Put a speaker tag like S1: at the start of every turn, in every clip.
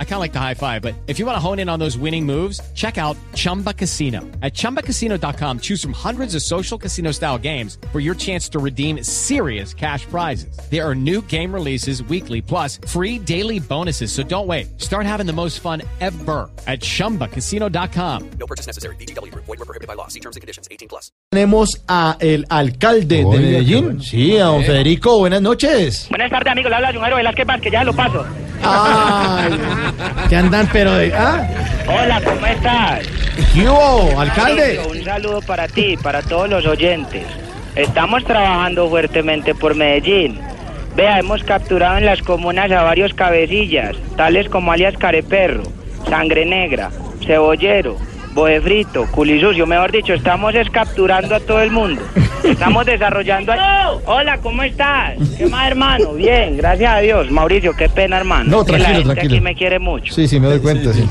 S1: I kind of like the high five, but if you want to hone in on those winning moves, check out Chumba Casino. At chumbacasino.com, choose from hundreds of social casino style games for your chance to redeem serious cash prizes. There are new game releases weekly, plus free daily bonuses. So don't wait. Start having the most fun ever at chumbacasino.com.
S2: No purchase necessary. BGW. Void were prohibited by law. See terms and conditions. 18 plus.
S3: Tenemos a el alcalde
S4: Oiga,
S3: de
S4: qué
S3: Medellín.
S4: bueno.
S3: Sí, a don Federico, buenas noches.
S5: Buenas tardes, amigo. Le habla Junero Velázquez Vázquez, ya lo paso.
S3: Ay, que andan pero de... ¿Ah?
S5: Hola, ¿cómo estás?
S3: ¿Qué hubo, alcalde?
S5: Mauricio, Un saludo para ti, para todos los oyentes. Estamos trabajando fuertemente por Medellín. Vea, hemos capturado en las comunas a varios cabecillas, tales como alias Careperro, Sangre Negra, Cebollero, Boefrito, Culisucio. Mejor dicho, estamos es capturando a todo el mundo. Estamos desarrollando... a- Hola, ¿cómo estás? ¿Qué más, hermano? Bien, gracias a Dios. Mauricio, qué pena, hermano.
S3: No,
S5: Es que
S3: tranquilo,
S5: la gente
S3: tranquilo.
S5: aquí me quiere mucho.
S3: Sí, sí, me doy cuenta, sí.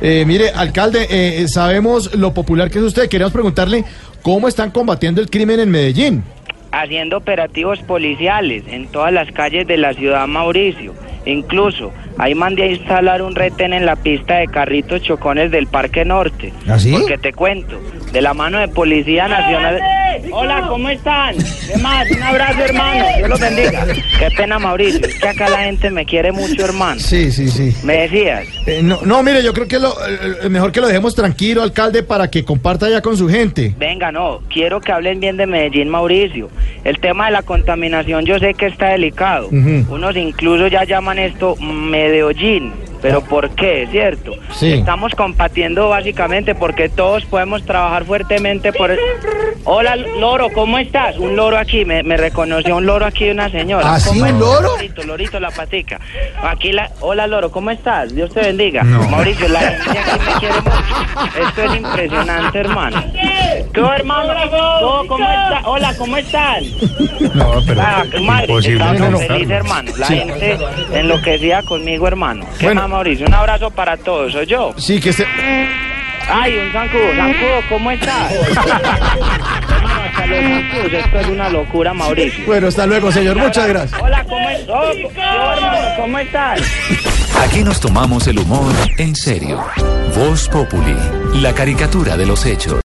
S3: Eh, mire, alcalde, eh, sabemos lo popular que es usted. Queremos preguntarle cómo están combatiendo el crimen en Medellín.
S5: haciendo operativos policiales en todas las calles de la ciudad Mauricio. Incluso ahí mandé a instalar un retén en la pista de carritos chocones del Parque Norte.
S3: ¿Ah, sí?
S5: Porque te cuento, de la mano de Policía Nacional. Hola, ¿cómo están? ¿Qué más? Un abrazo, hermano. Dios los bendiga. Qué pena, Mauricio. Es que acá la gente me quiere mucho, hermano.
S3: Sí, sí, sí.
S5: Me decías.
S3: Eh, no, no, mire, yo creo que lo, eh, mejor que lo dejemos tranquilo, alcalde, para que comparta ya con su gente.
S5: Venga, no, quiero que hablen bien de Medellín, Mauricio. El tema de la contaminación yo sé que está delicado.
S3: Ujú.
S5: Unos incluso ya llaman esto Medellín. Pero ¿por qué? ¿Cierto?
S3: Ah. Sí.
S5: Estamos combatiendo básicamente porque todos podemos trabajar fuertemente por... Hola, loro, ¿cómo estás? Un loro aquí, me, me reconoció un loro aquí de una señora.
S3: ¿Ah, sí,
S5: ¿Cómo
S3: un
S5: estás?
S3: loro?
S5: Lorito, lorito, la patica. Aquí la... Hola, loro, ¿cómo estás? Dios te bendiga. Mauricio, la gente aquí me quiere mucho. Esto es impresionante, hermano. ¿Qué, hermano? ¿Cómo, cómo está? Hola, ¿cómo están?
S4: No, pero
S5: Ah, madre, estamos
S3: no, no,
S5: felices, hermano. La
S3: Sí.
S5: gente enloquecida conmigo, hermano. ¿Qué
S3: Bueno.
S5: más, Mauricio? Un abrazo para todos, soy yo.
S3: Sí, que se...
S5: Ay, un zancudo, zancudo, ¿cómo estás? hermano, hasta los zancudos, esto es una locura, Mauricio.
S3: Bueno, hasta luego, señor. Muchas gracias.
S5: Hola, ¿cómo estás? ¿Cómo estás?
S6: Aquí nos tomamos el humor en serio. Voz Populi, la caricatura de los hechos.